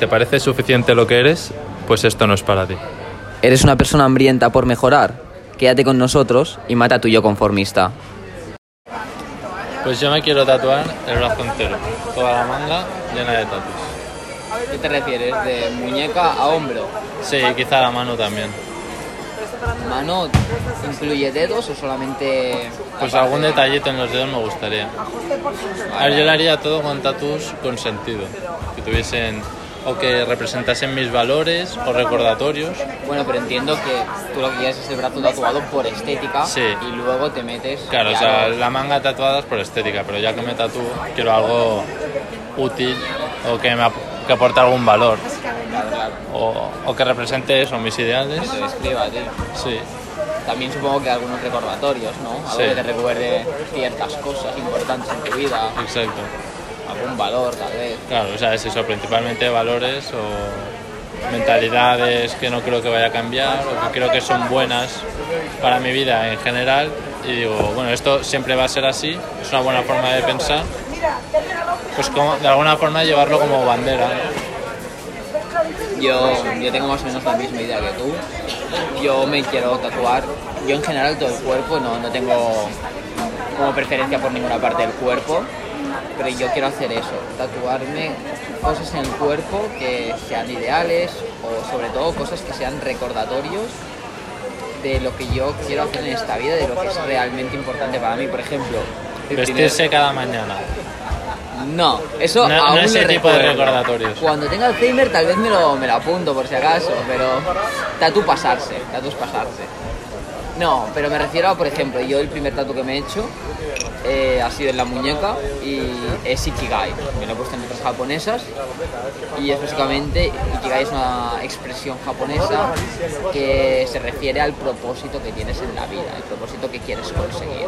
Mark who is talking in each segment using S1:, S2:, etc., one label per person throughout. S1: ¿Te parece suficiente lo que eres? Pues esto no es para ti.
S2: Eres una persona hambrienta por mejorar. Quédate con nosotros y mata a tu yo conformista.
S1: Pues yo me quiero tatuar el brazo entero, toda la manga llena de tatuajes.
S3: ¿Qué te refieres? ¿De muñeca a hombro?
S1: Sí, quizá la mano también.
S3: ¿Mano incluye dedos o solamente.? la
S1: Pues
S3: parte
S1: algún
S3: de-
S1: detallito en los dedos me gustaría. A ver, yo lo haría todo con tatus con sentido, que tuviesen o que representasen mis valores o recordatorios.
S3: Bueno, pero entiendo que tú lo que quieres es el brazo tatuado por estética
S1: Sí.
S3: y luego te metes.
S1: Claro, o sea, la manga tatuada es por estética, pero ya que me tatúo, quiero algo útil o que me ap- que aporte algún valor
S3: claro, claro.
S1: o, o que represente eso, mis ideales.
S3: Que te describa, tío.
S1: Sí,
S3: También supongo que algunos recordatorios, ¿no? Algo
S1: Sí.
S3: que te recuerde ciertas cosas importantes en tu vida,
S1: exacto.
S3: algún valor tal vez.
S1: Claro, o sea, es eso, principalmente valores o mentalidades que no creo que vaya a cambiar o que creo que son buenas para mi vida en general. Y digo, bueno, esto siempre va a ser así, es una buena forma de pensar. Pues como, de alguna forma llevarlo como bandera. ¿no?
S3: Yo, yo tengo más o menos la misma idea que tú. Yo me quiero tatuar. Yo en general todo el cuerpo, no, no tengo como preferencia por ninguna parte del cuerpo. Pero yo quiero hacer eso, tatuarme cosas en el cuerpo que sean ideales o sobre todo cosas que sean recordatorios de lo que yo quiero hacer en esta vida, de lo que es realmente importante para mí. Por ejemplo, el primer-
S1: Vestirse cada mañana.
S3: no, eso
S1: No- no
S3: aún
S1: ese
S3: lo
S1: tipo de
S3: recuerdo.
S1: recordatorios.
S3: Cuando tenga Alzheimer tal vez me lo, me lo apunto por si acaso, pero tatu pasarse, tatus pasarse. No, pero me refiero a, por ejemplo, yo el primer tatu que me he hecho eh, ha sido en la muñeca y es Ikigai. Me lo he puesto en letras japonesas y es básicamente, Ikigai es una expresión japonesa que se refiere al propósito que tienes en la vida, el propósito que quieres conseguir,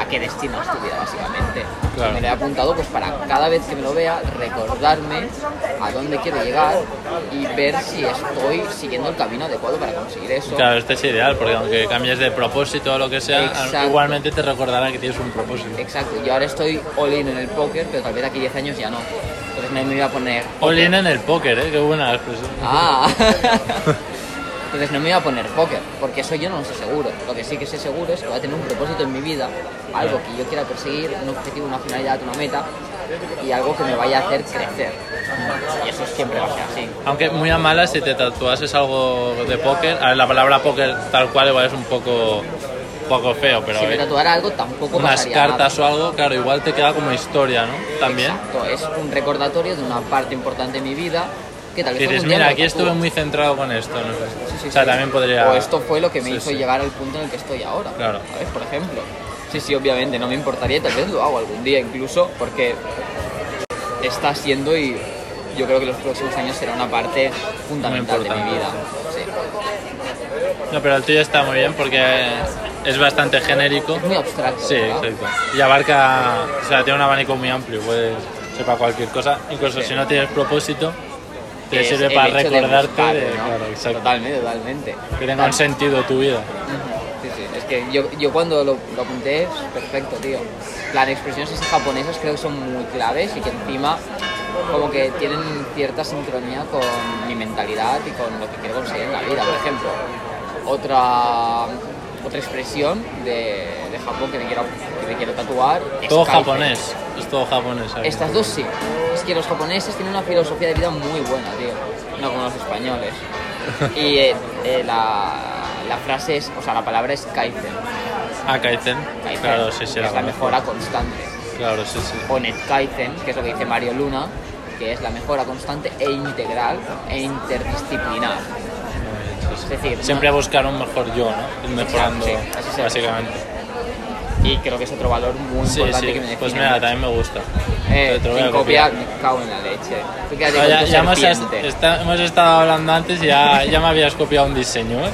S3: a qué destinas tu vida básicamente.
S1: Claro.
S3: Me lo he apuntado pues para cada vez que me lo vea recordarme a dónde quiero llegar y ver si estoy siguiendo el camino adecuado para conseguir eso.
S1: Claro, este es ideal, porque aunque cambies de propósito o lo que sea,
S3: Exacto.
S1: igualmente te recordará que tienes un propósito.
S3: Exacto, yo ahora estoy all in en el póker, pero tal vez aquí 10 años ya no. Entonces no me iba a poner.
S1: All in en el póker, ¿eh? Qué buena expresión.
S3: Ah. Entonces no me iba a poner póker, porque eso yo no lo sé seguro. Lo que sí que sé seguro es que voy a tener un propósito en mi vida, algo que yo quiera perseguir, un objetivo, una finalidad, una meta, y algo que me vaya a hacer crecer. Y eso siempre va a ser así.
S1: Aunque muy a malas, si te tatuases algo de póker, a ver, la palabra póker tal cual igual es un poco, poco feo, pero
S3: Si me
S1: eh,
S3: tatuara algo tampoco
S1: unas
S3: pasaría nada.
S1: cartas o algo, claro, igual te queda como historia, ¿no? También.
S3: Exacto, es un recordatorio de una parte importante de mi vida que tal
S1: Que
S3: vez
S1: dices,
S3: algún día
S1: mira,
S3: me
S1: aquí
S3: tatúe".
S1: estuve muy centrado con esto, ¿no?
S3: Sí, sí,
S1: o sea,
S3: sí.
S1: también podría...
S3: O esto fue lo que me
S1: Sí,
S3: hizo
S1: sí.
S3: llegar al punto en el que estoy ahora.
S1: Claro.
S3: ¿Sabes? Por ejemplo. Sí, sí, obviamente, no me importaría, tal vez lo hago algún día incluso, porque está siendo y yo creo que los próximos años será una parte fundamental de mi
S1: importante.
S3: vida. Sí.
S1: No, pero el tuyo está muy bien porque es bastante genérico.
S3: Es muy abstracto.
S1: Sí,
S3: ¿verdad?
S1: exacto. Y abarca, o sea, tiene un abanico muy amplio, puedes ser para cualquier cosa, incluso
S3: Sí.
S1: si no tienes propósito, te
S3: Que es
S1: sirve
S3: el
S1: para
S3: hecho de
S1: recordarte
S3: buscar,
S1: de-
S3: ¿no?
S1: claro, exacto.
S3: Totalmente, totalmente.
S1: que tenga un sentido tu vida.
S3: Sí, sí, es que yo, yo cuando lo, lo apunté es perfecto, tío. Las expresiones esas japonesas creo que son muy claves y que encima como que tienen cierta sincronía con mi mentalidad y con lo que quiero conseguir en la vida. Por ejemplo, otra, otra expresión de, de Japón que me quiero, que me quiero tatuar es
S1: Todo
S3: kaizen.
S1: japonés, es todo japonés. aquí.
S3: Estas dos sí. Es que los japoneses tienen una filosofía de vida muy buena, tío. No como los españoles. Y eh, eh, la, la frase es, o sea, la palabra es kaizen.
S1: Ah, Kaizen.
S3: Kaizen,
S1: Claro, sí, sí.
S3: que
S1: la
S3: es la
S1: conozco.
S3: mejora constante.
S1: Claro, sí, sí.
S3: O net Kaizen, que es lo que dice Mario Luna, que es la mejora constante e integral e interdisciplinar. Es decir,
S1: Siempre
S3: no-
S1: buscar un mejor yo, ¿no? Ir mejorando,
S3: sí, así se-
S1: básicamente.
S3: y creo que es otro valor muy
S1: Sí,
S3: importante
S1: sí.
S3: que me define.
S1: Pues mira, también me gusta.
S3: eh,
S1: Te lo voy a
S3: sin
S1: copiar.
S3: copiar, me cago en la leche. Tú
S1: No,
S3: quédate con
S1: ya,
S3: tu
S1: ya hemos,
S3: serpiente.
S1: está- hemos estado hablando antes y ya, ya me habías copiado un diseño, ¿eh?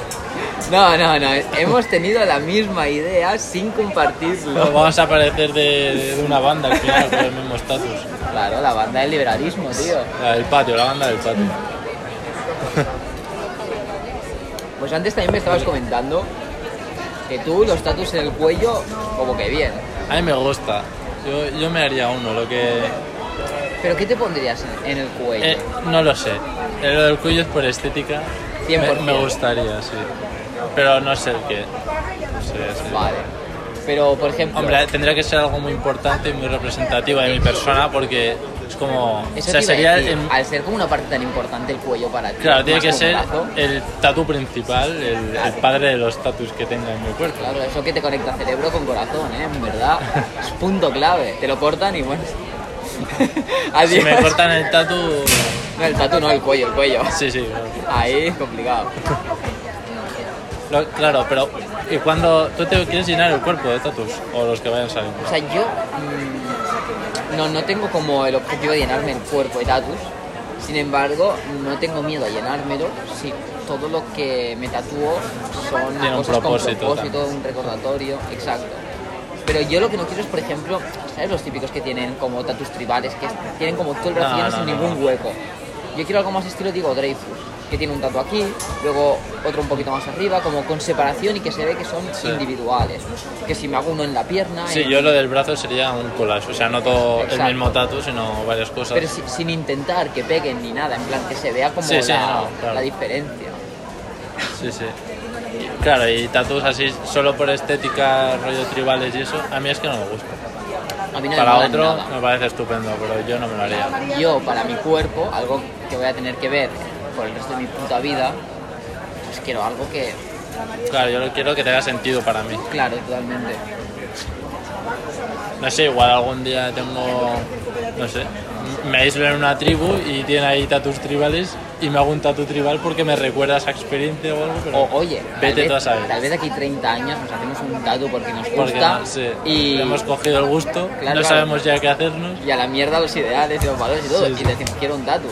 S3: No, no, no. Hemos tenido la misma idea sin
S1: Nos
S3: compartirlo.
S1: vamos a parecer de, de una banda al final con el mismo estatus.
S3: Claro, la banda del liberalismo, tío.
S1: La del patio, la banda del patio.
S3: Pues antes también me estabas comentando que tú los tatus en el cuello, como que bien.
S1: A mí me gusta. Yo, yo me haría uno, lo que...
S3: ¿Pero qué te pondrías en, en el cuello?
S1: Eh, no lo sé. Eh, Lo del cuello es por estética. Me,
S3: 100%.
S1: me gustaría, sí. Pero no sé el qué. No sé, sí.
S3: Vale. Pero, por ejemplo...
S1: Hombre, tendría que ser algo muy importante y muy representativo de mi persona porque es como.
S3: eso
S1: o sea,
S3: te iba
S1: sería.
S3: a decir,
S1: el-
S3: al ser como una parte tan importante el cuello para ti.
S1: claro, tiene
S3: más
S1: que
S3: como
S1: ser
S3: brazo,
S1: el tatu principal, el, el padre de los tatus que tenga en mi cuerpo.
S3: Claro, eso que te conecta cerebro con corazón, ¿eh? En verdad, es punto clave. Te lo cortan y bueno... Adiós.
S1: Si me cortan el tatu.
S3: No, el tatu no, el cuello, el cuello.
S1: Sí, sí, claro.
S3: Ahí es complicado.
S1: Lo- claro, pero ¿y cuando tú te quieres llenar el cuerpo de tatus o los que vayan saliendo?
S3: O sea, yo mm, no, no tengo como el objetivo de llenarme el cuerpo de tatus. Sin embargo, no tengo miedo a llenármelo si todo lo que me tatúo son
S1: Tiene un
S3: cosas
S1: propósito,
S3: con propósito, un recordatorio, exacto. Pero yo lo que no quiero es, por ejemplo, ¿sabes los típicos que tienen como tatus tribales? Que tienen como todo el brazo
S1: No,
S3: lleno
S1: no,
S3: sin
S1: no,
S3: ningún
S1: no.
S3: hueco. Yo quiero algo más estilo Diego Dreyfus, que tiene un tatu aquí, luego otro un poquito más arriba, como con separación y que se ve que son
S1: Sí.
S3: individuales. Que si me hago uno en la pierna...
S1: Sí,
S3: en-
S1: yo lo del brazo sería un collage, o sea, no todo el
S3: Exacto.
S1: mismo tatu, sino varias cosas.
S3: Pero si- sin intentar que peguen ni nada, en plan que se vea como
S1: Sí, sí,
S3: la,
S1: no, claro.
S3: la diferencia.
S1: Sí, sí. Y, Claro, y tatus así solo por estética, rollo tribales y eso, a mí es que no me gusta.
S3: A mí no
S1: Para
S3: me molan
S1: otro
S3: nada.
S1: me parece estupendo, pero yo no me lo haría.
S3: Yo, para mi cuerpo, algo que voy a tener que ver por el resto de mi puta vida, pues quiero algo que,
S1: Claro, yo lo quiero que tenga sentido para mí.
S3: claro, totalmente.
S1: No sé, igual algún día tengo, no sé, m- me aíslo en una tribu y tiene ahí tatus tribales y me hago un tatu tribal porque me recuerda a esa experiencia o algo, pero
S3: O, oye,
S1: vete
S3: tal,
S1: tú a
S3: vez,
S1: saber.
S3: tal vez aquí 30 años nos hacemos un tatu porque nos
S1: porque
S3: gusta
S1: no, sí,
S3: y,
S1: le hemos cogido el gusto,
S3: Claro,
S1: no
S3: claro.
S1: sabemos ya qué hacernos.
S3: y a la mierda los ideales y los valores y todo.
S1: Sí, sí.
S3: Y decimos, quiero un tatu.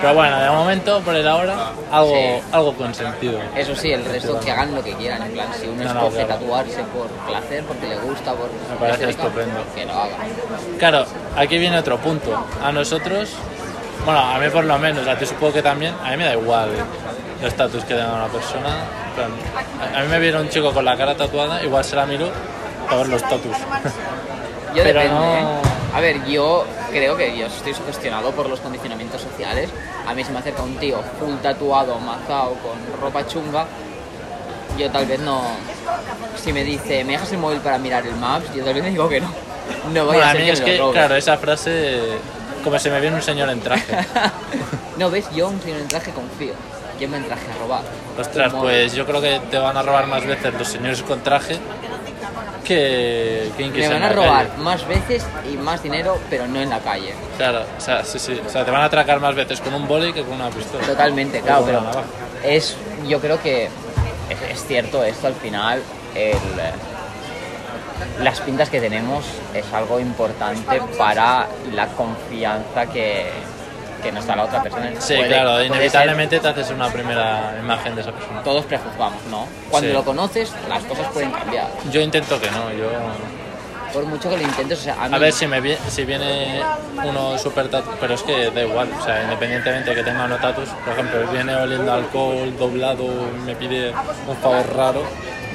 S1: Pero bueno, de momento, por el ahora, algo,
S3: Sí.
S1: algo con sentido.
S3: Eso sí, el resto que hagan lo que quieran. En plan, si uno
S1: No, no,
S3: escoge
S1: claro.
S3: tatuarse por placer, porque le gusta, por. Me
S1: parece estupendo.
S3: Que lo haga.
S1: Claro, aquí viene otro punto. A nosotros, bueno, a mí por lo menos, a ti supongo que también, a mí me da igual el estatus que tenga una persona. en plan, a- A mí me viene un chico con la cara tatuada, igual se la miro para ver los tatus.
S3: Yo
S1: Pero
S3: depende,
S1: no-
S3: ¿eh? A ver, yo creo que yo estoy sugestionado por los condicionamientos sociales. A mí se me acerca un tío full tatuado, mazao, con ropa chunga. Yo tal vez no. Si me dice, ¿me dejas el móvil para mirar el maps? Yo tal vez le digo que no. No voy
S1: Bueno,
S3: a
S1: a
S3: ser
S1: mí
S3: que
S1: es
S3: me lo
S1: que,
S3: robe.
S1: claro, esa frase, como se me viene un señor en traje.
S3: no, ves, yo un señor en traje confío. Yo me en traje a robar.
S1: Ostras,
S3: Un móvil.
S1: pues yo creo que te van a robar más veces los señores con traje que, que
S3: Me
S1: inquisición
S3: van
S1: en
S3: a
S1: la
S3: robar
S1: calle.
S3: más veces y más dinero, pero no en la calle.
S1: Claro, o sea, sí, sí. O sea, te van a atracar más veces con un boli que con una pistola. Pues
S3: Totalmente,
S1: O
S3: claro,
S1: con
S3: pero
S1: una navaja.
S3: es, yo creo que es, es cierto esto al final. el- las pintas que tenemos es algo importante para la confianza que, que nos da la otra persona.
S1: Sí,
S3: Puede-
S1: claro,
S3: puede ser-
S1: inevitablemente te haces una primera imagen de esa persona.
S3: todos prejuzgamos, ¿no? Cuando
S1: Sí.
S3: lo conoces, las cosas pueden cambiar.
S1: Yo intento que no, yo...
S3: Por mucho que lo intentes, o sea, a mí
S1: A ver si, me vi- si viene uno super tatu, pero es que da igual, o sea, independientemente de que tenga unos tatus, por ejemplo, viene oliendo alcohol, doblado, me pide un favor raro,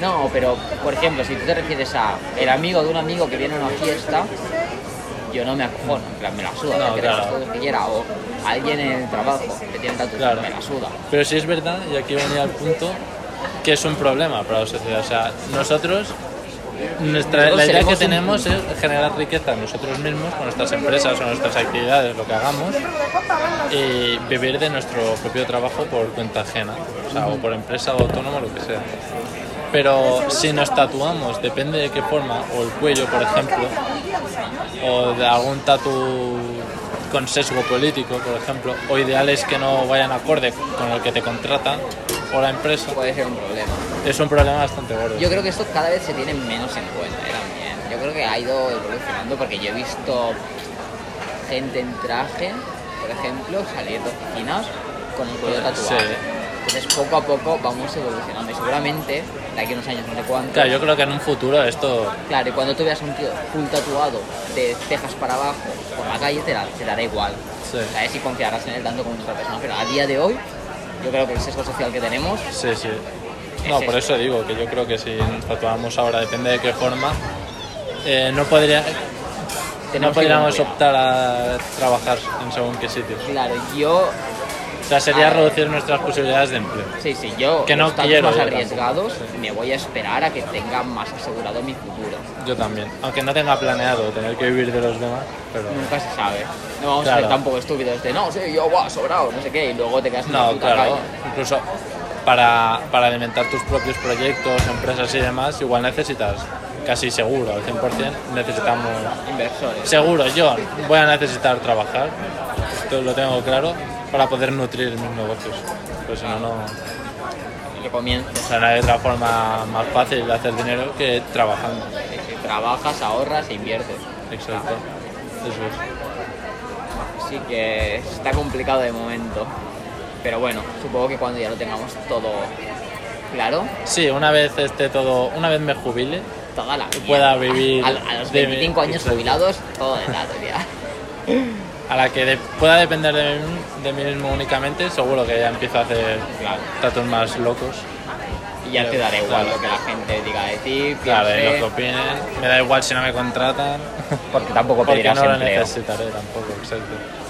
S3: No, pero por ejemplo, si tú te refieres a el amigo de un amigo que viene a una fiesta, yo no me acojono, en plan, me la suda,
S1: No,
S3: que tenga
S1: claro.
S3: todo lo que quiera, o alguien en el trabajo que tiene tatuajes,
S1: Claro.
S3: me la suda.
S1: Pero sí es verdad, y aquí venía el punto, que es un problema para la sociedad. O sea, nosotros, nuestra,
S3: Nosotros
S1: la idea que
S3: seremos un-
S1: tenemos es generar riqueza nosotros mismos, con nuestras empresas o nuestras actividades, lo que hagamos, y vivir eh, de nuestro propio trabajo por cuenta ajena, o, sea, o por empresa o autónomo, lo que sea. Pero si nos tatuamos, depende de qué forma, o el cuello, por ejemplo, o de algún tatu con sesgo político, por ejemplo, o ideales que no vayan acorde con el que te contratan o la empresa,
S3: Puede ser un problema.
S1: es un problema bastante gordo.
S3: Yo creo que esto cada vez se tiene menos en cuenta, eh, también. Yo creo que ha ido evolucionando porque yo he visto gente en traje, por ejemplo, salir de oficinas con el cuello tatuado.
S1: Sí.
S3: Entonces poco a poco vamos evolucionando y seguramente de aquí a unos años, no sé cuánto,
S1: Claro, yo creo que en un futuro esto...
S3: Claro, y cuando tú veas a un tío full tatuado de cejas para abajo por la calle, te, la- te dará igual.
S1: Sí.
S3: ¿Sabes? Y confiarás en él tanto como en otra persona. Pero a día de hoy, yo creo que el sesgo social que tenemos,
S1: Sí, sí. No,
S3: Es
S1: por
S3: esto.
S1: eso digo que yo creo que si nos tatuamos ahora, depende de qué forma, eh, no podría... No
S3: tenemos que ir con
S1: podríamos
S3: cuidado.
S1: optar a trabajar en según qué sitios.
S3: Claro, yo.
S1: O sea, sería
S3: Ah.
S1: reducir nuestras posibilidades de empleo.
S3: Sí, sí, yo.
S1: Que no
S3: los datos
S1: quiero,
S3: más
S1: yo
S3: arriesgados
S1: tampoco, sí.
S3: me voy a esperar a que tengan más asegurado mi futuro.
S1: Yo también. Aunque no tenga planeado tener que vivir de los demás, pero...
S3: Nunca se sabe. No vamos a
S1: Claro.
S3: ser tampoco estúpidos de no, sí, yo, guau, sobrado, no sé qué, y luego te quedas en la
S1: No,
S3: puta
S1: claro.
S3: calle.
S1: Incluso para, para alimentar tus propios proyectos, empresas y demás, igual necesitas, casi seguro, al 100%, necesitamos...
S3: Inversores.
S1: Seguro, yo voy a necesitar trabajar, esto lo tengo claro, para poder nutrir mis negocios. Pues si no, no... O
S3: Que comiences.
S1: sea, no hay otra forma más fácil de hacer dinero que trabajando.
S3: eh, Trabajas, ahorras e inviertes.
S1: Exacto. Eso es.
S3: Así que está complicado de momento. Pero bueno, supongo que cuando ya lo tengamos todo claro,
S1: Sí, una vez esté todo, una vez me jubile,
S3: toda la vida.
S1: pueda vivir
S3: A, a los
S1: de mi-
S3: 25 años
S1: exacto.
S3: jubilados, todo de lado ya.
S1: a la que de- pueda depender de mí, de mí mismo únicamente, seguro que ya empiezo a hacer
S3: Claro.
S1: tratos más locos.
S3: Y ya te dará igual
S1: Claro.
S3: lo que la gente diga de ti,
S1: Claro, de lo
S3: piense,
S1: que opinen. Me da igual si no me contratan,
S3: porque tampoco
S1: porque
S3: pedirás
S1: no lo
S3: empleo.
S1: necesitaré tampoco, exacto.